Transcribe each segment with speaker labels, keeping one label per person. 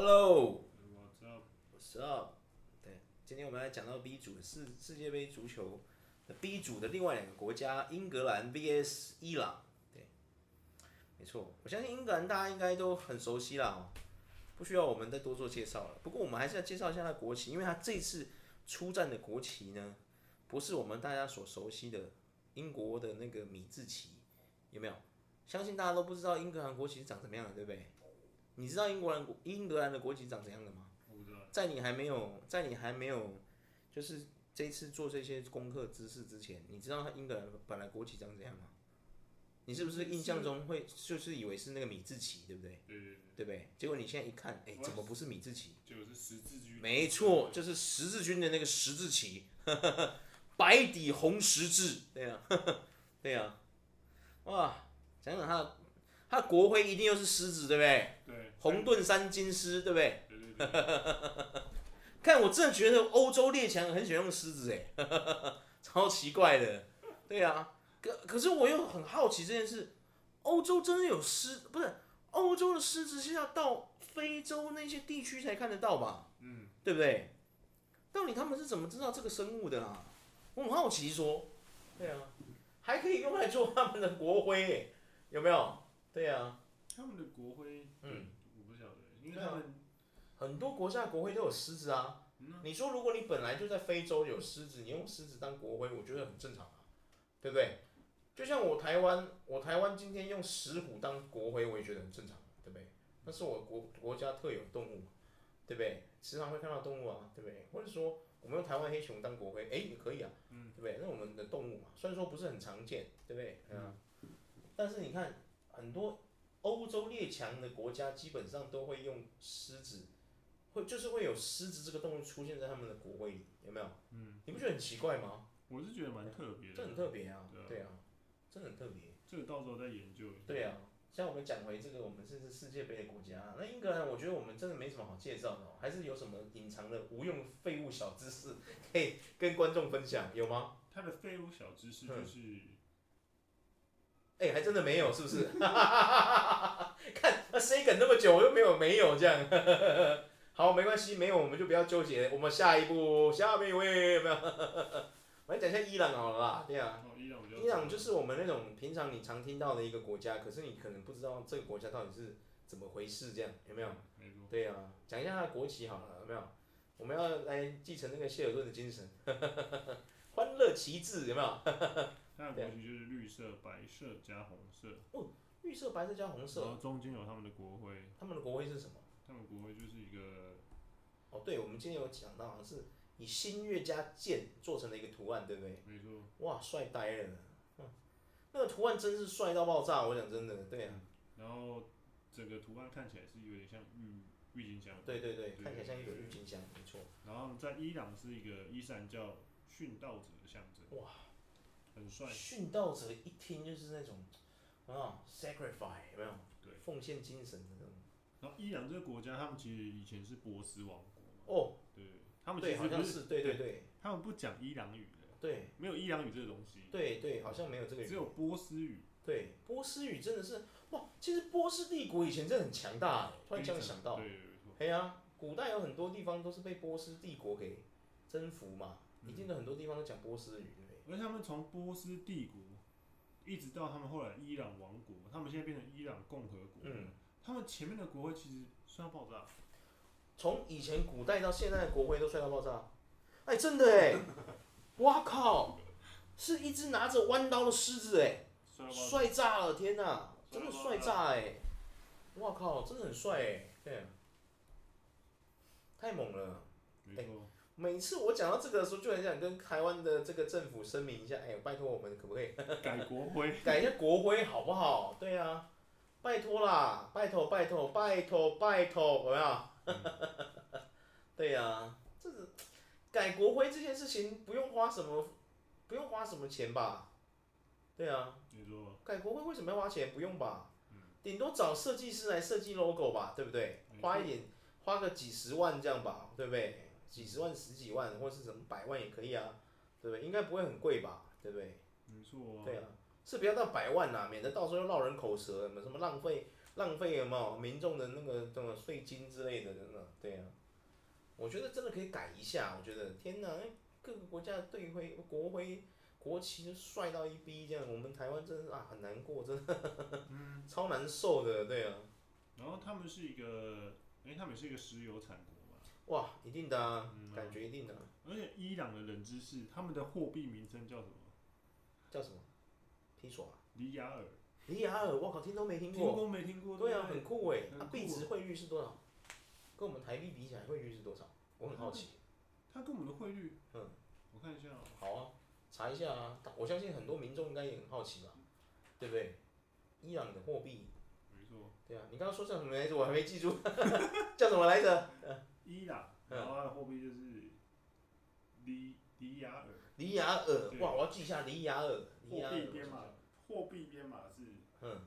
Speaker 1: Hello，
Speaker 2: 我知道，
Speaker 1: What's up？对，今天我们来讲到 B 组世世界杯足球的 B 组的另外两个国家，英格兰 VS 伊朗。对，没错，我相信英格兰大家应该都很熟悉啦、哦，不需要我们再多做介绍了。不过我们还是要介绍一下它的国旗，因为它这次出战的国旗呢，不是我们大家所熟悉的英国的那个米字旗，有没有？相信大家都不知道英格兰国旗是长什么样的，对不对？你知道英国兰国英格兰的国旗长怎样的吗？
Speaker 2: 我不知道，
Speaker 1: 在你还没有，在你还没有，就是这一次做这些功课知识之前，你知道他英格兰本来国旗长怎样吗？你是不是印象中会就是以为是那个米字旗，对不对？
Speaker 2: 对对对，
Speaker 1: 对不对？结果你现在一看，哎，怎么不是米字旗？
Speaker 2: 就是十字军，
Speaker 1: 没错，就是十字军的那个十字旗， 白底红十字，对呀、啊， 对呀、哇，想想他的，他的国徽一定又是狮子，对不对？
Speaker 2: 对，
Speaker 1: 红盾山金狮，对不对？
Speaker 2: 对对对，
Speaker 1: 看，我真的觉得欧洲列强很喜欢用狮子，哎， 超奇怪的。对啊，可可是我又很好奇这件事，欧洲真的有狮？不是，欧洲的狮子是要到非洲那些地区才看得到吧？
Speaker 2: 嗯，
Speaker 1: 对不对？到底他们是怎么知道这个生物的啊？我很好奇说，对啊，还可以用来做他们的国徽，哎有没有？对啊，
Speaker 2: 他们的国徽，
Speaker 1: 嗯，
Speaker 2: 我不晓得，因为
Speaker 1: 对啊
Speaker 2: 他们，
Speaker 1: 很多国家的国徽都有狮子啊。
Speaker 2: 嗯，
Speaker 1: 你说如果你本来就在非洲有狮子，你用狮子当国徽，我觉得很正常啊，对不对？就像我台湾，我台湾今天用石虎当国徽，我也觉得很正常，啊对不对？那是我国国家特有的动物嘛，对不对？时常会看到动物啊，对不对？或者说我们用台湾黑熊当国徽，哎，也可以啊，
Speaker 2: 嗯
Speaker 1: 对不对？那我们的动物嘛，虽然说不是很常见，对不对？嗯，但是你看很多欧洲列强的国家基本上都会用狮子会就是会有狮子这个动物出现在他们的国徽里，有没有？
Speaker 2: 嗯，
Speaker 1: 你不觉得很奇怪吗？
Speaker 2: 我是觉得蛮特别的，
Speaker 1: 这很特别啊
Speaker 2: 对啊，
Speaker 1: 对啊，这很特别。
Speaker 2: 这个到时候再研究一下，
Speaker 1: 对啊，像我们讲回这个，我们这是世界杯的国家，啊那英格兰，我觉得我们真的没什么好介绍的、哦，还是有什么隐藏的无用废物小知识可以跟观众分享，有吗？
Speaker 2: 他的废物小知识就是，
Speaker 1: 哎，还真的没有，是不是？ 看那谁梗那么久，我又没有没有这样。好，没关系，没有我们就不要纠结，我们下一步下面一位有没有？ 我来讲一下伊朗好了啦，对啊。
Speaker 2: 哦，伊朗比较，
Speaker 1: 伊朗就是我们那种平常你常听到的一个国家，可是你可能不知道这个国家到底是怎么回事，这样有没有？
Speaker 2: 没错，
Speaker 1: 对啊，讲一下它的国旗好了，有没有？我们要来继承那个谢尔顿的精神， 欢乐旗帜有没有？
Speaker 2: 他的国旗就是绿色、白色加红色，
Speaker 1: 绿色、白色加红
Speaker 2: 然后
Speaker 1: 色，
Speaker 2: 中间有他们的国徽，
Speaker 1: 他们的国徽是什么？
Speaker 2: 他们国徽就是一个，
Speaker 1: 哦，对，我们今天有讲到，好像是以新月加剑做成的一个图案，对不对？
Speaker 2: 没错，
Speaker 1: 哇，帅呆了！嗯，那个图案真是帅到爆炸，我讲真的，对啊，
Speaker 2: 然后整个图案看起来是有点像郁郁金香，
Speaker 1: 对对对，看起来像一个郁金香，没错。
Speaker 2: 然后在伊朗是一个伊斯兰教殉道者的象征，
Speaker 1: 哇，
Speaker 2: 很帅，
Speaker 1: 殉道者一听就是那种啊，sacrifice 有没有？
Speaker 2: 对。
Speaker 1: 奉献精神的那种。
Speaker 2: 然后伊朗这个国家，他们其实以前是波斯王国嘛，
Speaker 1: 哦，
Speaker 2: 对，他们其
Speaker 1: 对，
Speaker 2: 实
Speaker 1: 好
Speaker 2: 不
Speaker 1: 像
Speaker 2: 是，
Speaker 1: 是，对对对
Speaker 2: 他们不讲伊朗语的，
Speaker 1: 对
Speaker 2: 没有伊朗语这个东西，
Speaker 1: 对对，好像没有这个
Speaker 2: 只
Speaker 1: 语。
Speaker 2: 有波斯语，
Speaker 1: 对，波斯语真的是哇，其实波斯帝国以前真的很强大哎，突然这样想到，
Speaker 2: 对，没错，
Speaker 1: 哎呀，古代有很多地方都是被波斯帝国给征服嘛，一定的很多地方都讲波斯语，对不对？
Speaker 2: 而且他们从波斯帝国一直到他们后来伊朗王国，他们现在变成伊朗共和国，
Speaker 1: 嗯，
Speaker 2: 他们前面的国徽其实算爆炸，
Speaker 1: 从以前古代到现在的国徽都帅到爆炸。哎、真的哎，哇靠，是一只拿着弯刀的狮子哎。
Speaker 2: 算爆炸，
Speaker 1: 帅炸了！天哪，
Speaker 2: 帅
Speaker 1: 真
Speaker 2: 爆
Speaker 1: 的
Speaker 2: 炸
Speaker 1: 帅炸哎、哇靠，真的很帅哎、对啊，太猛了！
Speaker 2: 没错，
Speaker 1: 每次我讲到这个的时候，就很想跟台湾的这个政府声明一下，哎、拜托我们可不可以
Speaker 2: 改国徽，
Speaker 1: 改一下国徽好不好？对啊，拜托啦，拜托拜托拜托拜托，有没有？ 对呀、啊，这个改国徽这件事情不用花什么，不用花什么钱吧？对啊，
Speaker 2: 没错，
Speaker 1: 改国徽为什么要花钱？不用吧
Speaker 2: 嗯，
Speaker 1: 顶多找设计师来设计 logo 吧，对不对
Speaker 2: 没？错
Speaker 1: 花一点，花个几十万这样吧，对不对？几十万、十几万或是什么百万也可以啊，对不对？应该不会很贵吧，对不对？
Speaker 2: 没错，
Speaker 1: 对啊，是不要到百万呐、免得到时候又落人口舌，什么什么浪费浪费有没有民众的那个什么税金之类的，真的，对啊，我觉得真的可以改一下。我觉得天哪，哎各个国家的队徽、国徽、国旗就帅到一逼这样，我们台湾真是啊很难过，真的，超难受的，对啊，
Speaker 2: 然后他们是一个，哎、他们也是一个石油产国嘛，
Speaker 1: 哇，一定的啊，
Speaker 2: 嗯
Speaker 1: 感觉一定的啊、
Speaker 2: 而且伊朗的冷知识，他们的货币名称叫什么？
Speaker 1: 叫什么？披索啊，
Speaker 2: 里雅尔，
Speaker 1: 里雅尔，我靠，听都没听
Speaker 2: 听
Speaker 1: 过，
Speaker 2: 过没听过？
Speaker 1: 对啊，
Speaker 2: 不
Speaker 1: 很酷哎、
Speaker 2: 很
Speaker 1: 啊，
Speaker 2: 酷
Speaker 1: 币值汇率是多少？跟我们台币比起来，汇率是多少？我很好奇。
Speaker 2: 它跟我们的汇率，
Speaker 1: 嗯，
Speaker 2: 我看一下、哦，
Speaker 1: 好啊，查一下啊！大我相信很多民众应该也很好奇吧，对不对？伊朗的货币，
Speaker 2: 没错，
Speaker 1: 对啊，你刚刚说叫什么来着？我还没记住， 叫什么来着？
Speaker 2: 伊朗，
Speaker 1: 嗯
Speaker 2: 然后它的货币就是里里雅尔，
Speaker 1: 里雅尔，
Speaker 2: 对
Speaker 1: 哇，我要记一下里雅尔，里雅
Speaker 2: 货
Speaker 1: 尔
Speaker 2: 币编码，货币编码是
Speaker 1: 嗯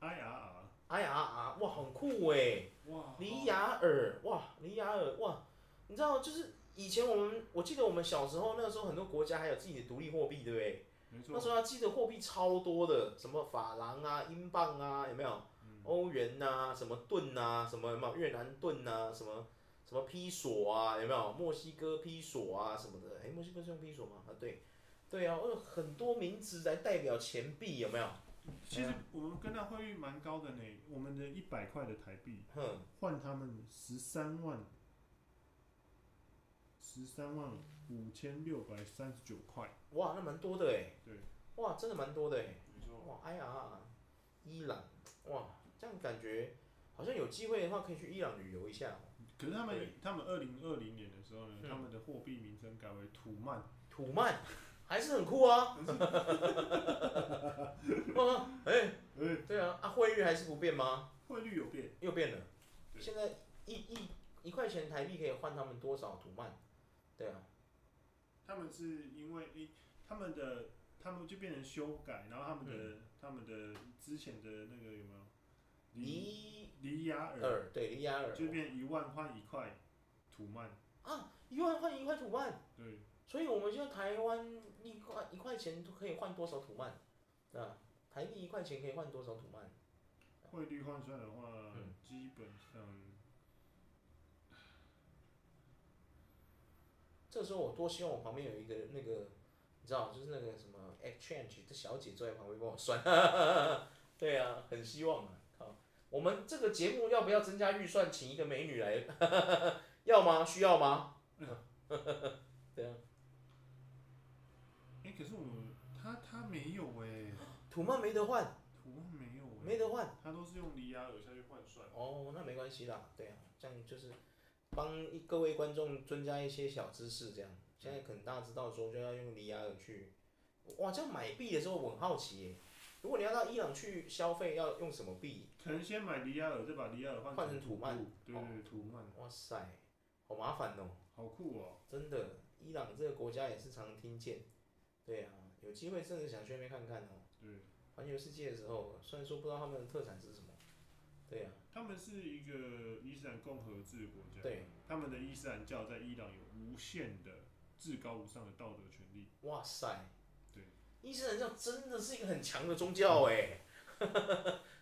Speaker 2: IRR，
Speaker 1: ，I R R，哇，啊很酷哎！
Speaker 2: 哇，
Speaker 1: 里雅尔，哇，里雅尔，哇，你知道就是以前我们，我记得我们小时候那时候很多国家还有自己的独立货币，对不对？
Speaker 2: 没
Speaker 1: 那时
Speaker 2: 错，
Speaker 1: 候要记得货币超多的，什么法郎啊、英镑啊，有没有？欧元呐、什么盾呐、什么有没有越南盾呐、什么什么披索啊，有没有？墨西哥披索啊什么的，诶，墨西哥是用披索吗？啊，对，对啊，我有很多名词来代表钱币，有没有？
Speaker 2: 其
Speaker 1: 啊
Speaker 2: 实我们跟它汇率蛮高的呢，我们的一百块的台币
Speaker 1: 哼，
Speaker 2: 换他们十三万，十三万五千六百三十九块，
Speaker 1: 哇，那蛮多的诶，
Speaker 2: 对，
Speaker 1: 哇，真的蛮多的诶。
Speaker 2: 没错，
Speaker 1: 哇，哎呀，伊朗，哇，这样感觉好像有机会的话可以去伊朗旅游一下哦。
Speaker 2: 可是他
Speaker 1: 对
Speaker 2: 们他们二零二零年的时候呢，
Speaker 1: 嗯
Speaker 2: 他们的货币名称改为土曼，
Speaker 1: 土曼还是很酷啊。哇，哎、
Speaker 2: 哎
Speaker 1: 对啊，啊，汇率还是不变吗？
Speaker 2: 汇率有变，
Speaker 1: 又变了。
Speaker 2: 对
Speaker 1: 现在一一一块钱台币可以换他们多少土曼？对啊，
Speaker 2: 他们是因为诶、他们的他们就变成修改，然后他们
Speaker 1: 嗯
Speaker 2: 的、他们的之前的那个有没有里
Speaker 1: 里
Speaker 2: 里雅尔
Speaker 1: 尔对里亚尔
Speaker 2: 就变一万换一块土曼，
Speaker 1: 啊，一万换一块土曼，
Speaker 2: 对，
Speaker 1: 所以我们现在台湾一块一块钱都可以换多少土曼？啊，台币一块钱可以换多少土曼？
Speaker 2: 汇率换算的话，
Speaker 1: 嗯
Speaker 2: 基本上
Speaker 1: 这时候我多希望我旁边有一个那个，你知道，就是那个什么 exchange 的小姐坐在旁边帮我算。 对啊，很希望啊。好，我们这个节目要不要增加预算，请一个美女来？ 要吗？需要吗？对啊，
Speaker 2: 哎、可是我们他他没有哎、
Speaker 1: 土曼没得换，
Speaker 2: 土曼没有哎、
Speaker 1: 没得换。
Speaker 2: 他都是用里雅尔下去换算。
Speaker 1: 哦，那没关系啦。对啊，这样就是帮一各位观众增加一些小知识，这样。现在可能大家知道说就要用里雅尔去，哇，这样买币的时候我很好奇耶。如果你要到伊朗去消费，要用什么币？
Speaker 2: 可能先买里雅尔，再把里雅尔换
Speaker 1: 换成土
Speaker 2: 土
Speaker 1: 曼哦
Speaker 2: 布对对对，土曼，
Speaker 1: 哇塞，好麻烦哦！
Speaker 2: 好酷哦！
Speaker 1: 真的，伊朗这个国家也是常听见。对啊，有机会甚至想去那边看看哦。
Speaker 2: 对，
Speaker 1: 环游世界的时候，虽然说不知道他们的特产是什么。对啊，
Speaker 2: 他们是一个伊斯兰共和制国家，
Speaker 1: 对，
Speaker 2: 他们的伊斯兰教在伊朗有无限的至高无上的道德权利。
Speaker 1: 哇塞，
Speaker 2: 对，
Speaker 1: 伊斯兰教真的是一个很强的宗教哎，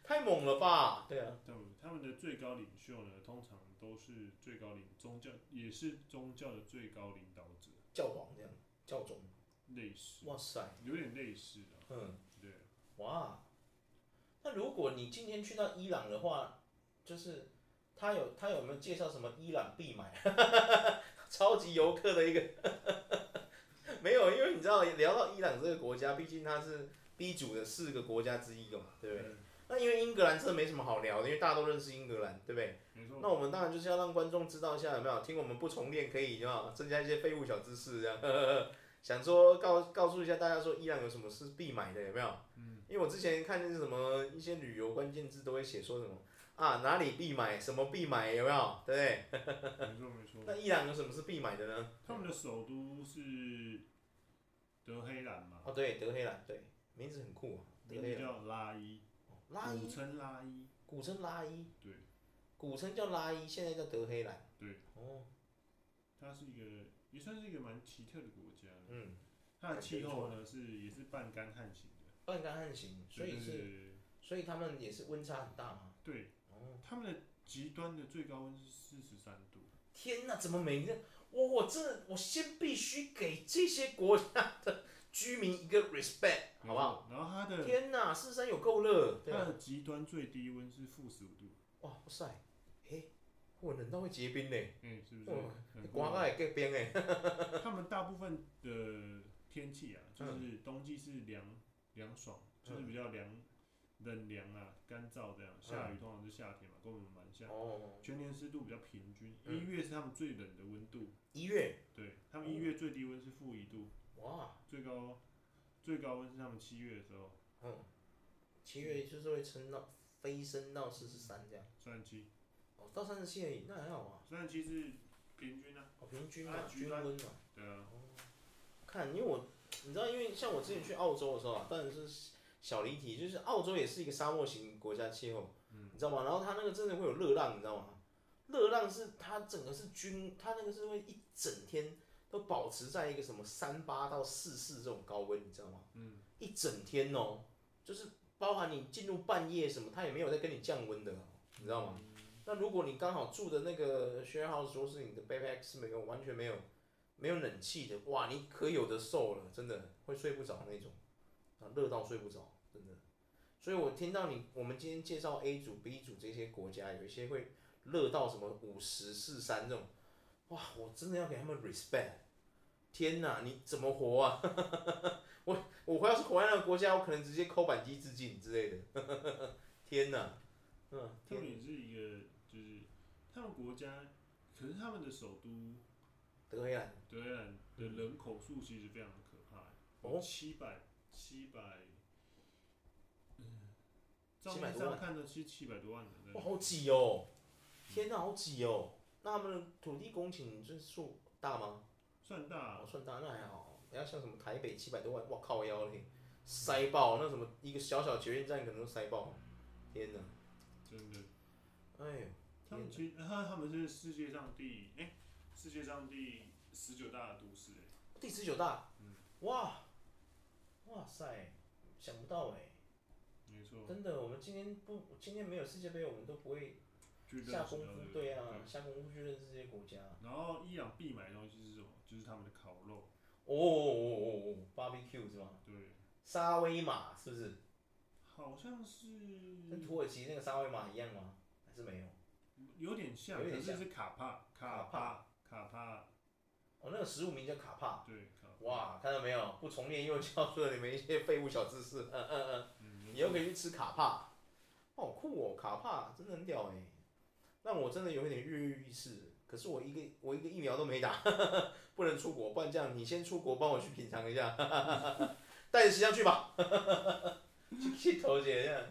Speaker 1: 太猛了吧？对啊，
Speaker 2: 他们他们的最高领袖呢，通常都是最高领宗教，也是宗教的最高领导者，
Speaker 1: 教皇这样，教宗，
Speaker 2: 类似，
Speaker 1: 哇塞，
Speaker 2: 有点类似啊。
Speaker 1: 嗯。
Speaker 2: 对，
Speaker 1: 哇，那如果你今天去到伊朗的话，就是他有他有没有介绍什么伊朗必买？ 超级游客的一个， 没有，因为你知道聊到伊朗这个国家，毕竟它是 B 组的四个国家之一嘛，对不对？
Speaker 2: 嗯，
Speaker 1: 那因为英格兰真的没什么好聊的，因为大家都认识英格兰，对不对？
Speaker 2: 没错。
Speaker 1: 那我们当然就是要让观众知道一下，有没有听我们不重练可以有没有增加一些废物小知识这样。 想说告告诉一下大家说伊朗有什么是必买的有没有？嗯，因为我之前看那是什么一些旅游关键字都会写说什么啊哪里必买什么必买有没有？对不对？
Speaker 2: 没错没错。
Speaker 1: 那伊朗有什么是必买的呢？
Speaker 2: 他们的首都是德黑兰嘛，
Speaker 1: 哦对，德黑兰对，名字很酷啊，德
Speaker 2: 名
Speaker 1: 黑
Speaker 2: 字
Speaker 1: 兰。
Speaker 2: 叫拉伊，
Speaker 1: 哦拉
Speaker 2: 古
Speaker 1: 伊，
Speaker 2: 称拉伊，
Speaker 1: 古称拉伊，
Speaker 2: 对，
Speaker 1: 古称叫拉伊，现在叫德黑兰。
Speaker 2: 对。
Speaker 1: 哦，
Speaker 2: 它是一个也算是一个蛮奇特的国家呢。
Speaker 1: 嗯，
Speaker 2: 它的气候呢是也是半干旱型的，
Speaker 1: 半干旱型，所以
Speaker 2: 对对
Speaker 1: 是
Speaker 2: 对对
Speaker 1: 所以他们也是温差很大嘛。
Speaker 2: 对，
Speaker 1: 哦，
Speaker 2: 他们的极端的最高温是四十三度，
Speaker 1: 天哪，怎么每个我我真的我先必须给这些国家的居民一个 respect，好不好？
Speaker 2: 没错？然后它的
Speaker 1: 天哪，四三有够热，对
Speaker 2: 它
Speaker 1: 啊，
Speaker 2: 的极端最低温是负十五度，
Speaker 1: 哇，哇塞，诶，我冷到会结冰嘞，
Speaker 2: 哎、是不是
Speaker 1: 哇？
Speaker 2: 很酷
Speaker 1: 刮到会结冰诶，
Speaker 2: 他们大部分的天气啊，
Speaker 1: 嗯
Speaker 2: 就是冬季是凉凉爽，就是比较凉冷凉啊，干燥这样。下
Speaker 1: 嗯
Speaker 2: 雨通常是夏天嘛，跟我们蛮像。
Speaker 1: 哦，
Speaker 2: 全年湿度比较平均，
Speaker 1: 嗯
Speaker 2: 一月是他们最冷的温度，
Speaker 1: 一月，
Speaker 2: 对他们一月最低温是负一度，
Speaker 1: 哇，
Speaker 2: 最高最高温是他们七月的时候
Speaker 1: 嗯，七月就是会撑到飞升到四十三这样，
Speaker 2: 三十七，
Speaker 1: 哦，到三十七而已，那还好啊，
Speaker 2: 三十七是平均啊，
Speaker 1: 哦，平均
Speaker 2: 啊
Speaker 1: 嘛，
Speaker 2: 居
Speaker 1: 均
Speaker 2: 然
Speaker 1: 温嘛。哦
Speaker 2: 对啊，
Speaker 1: 看，因为我你知道，因为像我之前去澳洲的时候啊，当然是小离题，就是澳洲也是一个沙漠型国家气候，
Speaker 2: 嗯
Speaker 1: 你知道吗？然后它那个真的会有热浪，你知道吗？热浪是它整个是均，它那个是会一整天都保持在一个什么三八到四四这种高温，你知道吗？
Speaker 2: 嗯，
Speaker 1: 一整天哦，就是包含你进入半夜什么，它也没有在跟你降温的哦，你知道吗？那如果你刚好住的那个 share house 说是你的 backpack 是没有完全没有没有冷气的，哇，你可有的受了，真的会睡不着那种，啊，热到睡不着，真的。所以我听到你我们今天介绍 A 组、B 组这些国家，有一些会热到什么五十四三这种，哇，我真的要给他们 respect。天哪，你怎么活啊？ 我我要是活在那个国家，我可能直接抠板机自尽之类的。 天哪，嗯，
Speaker 2: 他
Speaker 1: 天
Speaker 2: 们也是一个就是他们国家，可是他们的首都
Speaker 1: 德黑兰，
Speaker 2: 德黑兰的人口数其实非常可怕，
Speaker 1: 嗯哦
Speaker 2: 七百七百，嗯，照
Speaker 1: 700
Speaker 2: 片
Speaker 1: 多
Speaker 2: 上
Speaker 1: 万
Speaker 2: 看的是七百多万人，
Speaker 1: 哇，好挤哦！天哪，好挤哦！那他们的土地公顷这数大吗？
Speaker 2: 算
Speaker 1: 啊
Speaker 2: 大，，
Speaker 1: 算大，那还好。你要像什么台北七百多万，哇靠腰嘞，塞爆！那什么一个小小捷运站可能都塞爆。天哪，
Speaker 2: 真的。
Speaker 1: 哎呦，
Speaker 2: 他们其实他他们是世界上第哎、世界上第十九大的都市、哎，
Speaker 1: 第十九大
Speaker 2: 嗯，
Speaker 1: 哇，哇塞，想不到哎、
Speaker 2: 没错，
Speaker 1: 真的，我们今天不，今天没有世界杯，我们都不会
Speaker 2: 巨
Speaker 1: 下
Speaker 2: 大
Speaker 1: 功
Speaker 2: 石
Speaker 1: 夫
Speaker 2: 头，
Speaker 1: 对啊，下功夫去认识这些国家。
Speaker 2: 然后伊朗必买的东西是什么？就是他们的烤肉，
Speaker 1: 哦哦哦哦，barbecue 是吗？
Speaker 2: 对，
Speaker 1: 沙威玛是不是？
Speaker 2: 好像是
Speaker 1: 跟土耳其那个沙威玛一样吗？还是没有？
Speaker 2: 有点像，
Speaker 1: 有
Speaker 2: 可
Speaker 1: 点
Speaker 2: 是
Speaker 1: 像
Speaker 2: 是卡帕
Speaker 1: 卡
Speaker 2: 卡帕卡帕，
Speaker 1: 哦，那个食物名叫卡帕。
Speaker 2: 对卡帕，
Speaker 1: 哇，看到没有？不从练又教出了你们一些废物小知识。嗯嗯嗯，
Speaker 2: 嗯，
Speaker 1: 以后可以去吃卡帕。哦，好酷哦，卡帕真的很屌哎、让我真的有一点跃跃欲试。可是我一个我一个疫苗都没打， 不能出国。不然这样，你先出国帮我去品尝一下， 带着形象去吧， 去去头姐这样，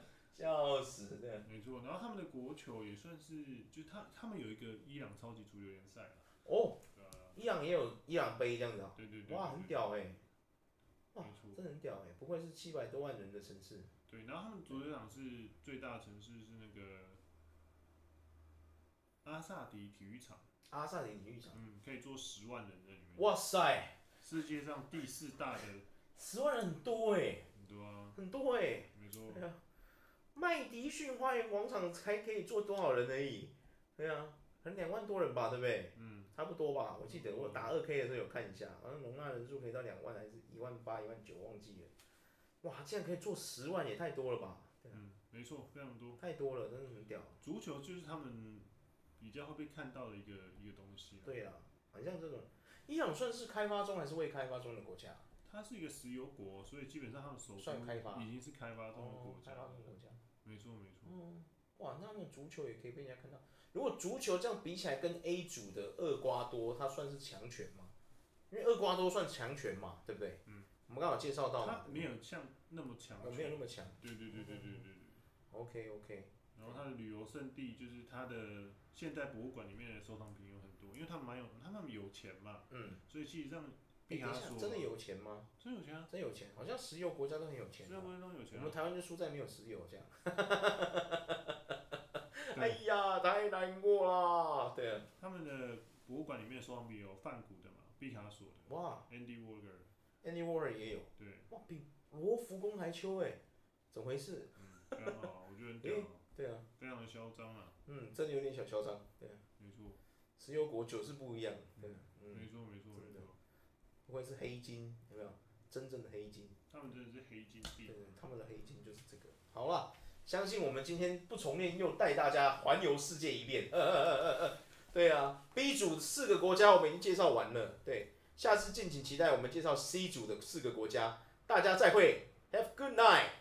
Speaker 1: 笑死这样。
Speaker 2: 没错，然后他们的国球也算是，就他他们有一个伊朗超级足球联赛啦
Speaker 1: 哦，
Speaker 2: 对啊，
Speaker 1: 伊朗也有伊朗杯这样子啊、
Speaker 2: 对对对，
Speaker 1: 哇，
Speaker 2: 对
Speaker 1: 很，屌哎、哇
Speaker 2: 没，错，
Speaker 1: 真的很屌哎、不愧是七百多万人的城市。
Speaker 2: 对，然后他们足球场是最大的城市是那个阿萨迪体育场，
Speaker 1: 阿萨林体育场，
Speaker 2: 嗯，可以坐十万人在里面，
Speaker 1: 哇塞，
Speaker 2: 世界上第四大的，
Speaker 1: 十万人很多哎、
Speaker 2: 对啊，
Speaker 1: 很多哎、
Speaker 2: 没错，嗯
Speaker 1: 对啊，麦迪逊花园广场才可以坐多少人而已？对啊，可能两万多人吧，对不对？
Speaker 2: 嗯，
Speaker 1: 差不多吧，我记得我打二 K 的时候有看一下，好像容纳人数可以到两万还是一万八、一万九，忘记了。哇，竟然可以坐十万，也太多了吧？对啊，
Speaker 2: 嗯，没错，非常多，
Speaker 1: 太多了，真的很屌。
Speaker 2: 足球就是他们比较会被看到的一个一个东西啦，
Speaker 1: 对啊，很像这种，伊朗算是开发中还是未开发中的国家？
Speaker 2: 它是一个石油国，所以基本上他们首
Speaker 1: 算开发哦
Speaker 2: 都已经是开发中的国家
Speaker 1: 开发
Speaker 2: 了
Speaker 1: 中，国家。
Speaker 2: 没错没错，
Speaker 1: 嗯，哇，那他们足球也可以被人家看到。如果足球这样比起来，跟 A 组的厄瓜多，它算是强权吗？因为厄瓜多算强权嘛，对不对？
Speaker 2: 嗯。
Speaker 1: 我们刚好介绍到嘛
Speaker 2: 它，没有像那么强
Speaker 1: 我
Speaker 2: 权，
Speaker 1: 哦没有那么强。
Speaker 2: 对对对对对对对。
Speaker 1: OK OK，
Speaker 2: 然后它的旅游胜地就是它的现代博物馆里面的收藏品有很多，因为他们蛮有，他们有钱嘛，
Speaker 1: 嗯。
Speaker 2: 所以其实让
Speaker 1: 诶
Speaker 2: 毕
Speaker 1: 等
Speaker 2: 卡
Speaker 1: 一下
Speaker 2: 索，啊
Speaker 1: 真的，有钱吗？
Speaker 2: 真有钱啊，
Speaker 1: 真有钱，好像石油国家都很有钱
Speaker 2: 虽然
Speaker 1: 啊。
Speaker 2: 不是那么有
Speaker 1: 我
Speaker 2: 钱
Speaker 1: 们
Speaker 2: 啊，
Speaker 1: 台湾就输在没有石油这样。 哎
Speaker 2: 对
Speaker 1: 呀，太难过啦！对啊，
Speaker 2: 他们的博物馆里面的收藏品有梵谷的嘛，毕卡索的
Speaker 1: 哇
Speaker 2: ，Andy Warhol，
Speaker 1: ，Andy Warren 也有。
Speaker 2: 对，
Speaker 1: 哇，比罗浮宫还秋哎、怎么回事？
Speaker 2: 非常好啊，我觉得很屌啊，
Speaker 1: 对啊，
Speaker 2: 非常的嚣张啊，
Speaker 1: 嗯，真的有点小嚣张，对啊，
Speaker 2: 没错，
Speaker 1: 石油国酒是不一样，对啊，嗯，
Speaker 2: 没错，没错，没
Speaker 1: 真的
Speaker 2: 错，
Speaker 1: 不愧是黑金，有没有？真正的黑金，
Speaker 2: 他们真的是黑金
Speaker 1: 对
Speaker 2: 币，，
Speaker 1: 他们的黑金就是这个。好了，相信我们今天不重练，又带大家环游世界一遍。呃呃呃呃呃，对啊，B 组四个国家我们已经介绍完了，对，下次敬请期待我们介绍 C 组的四个国家。大家再会，Have good night。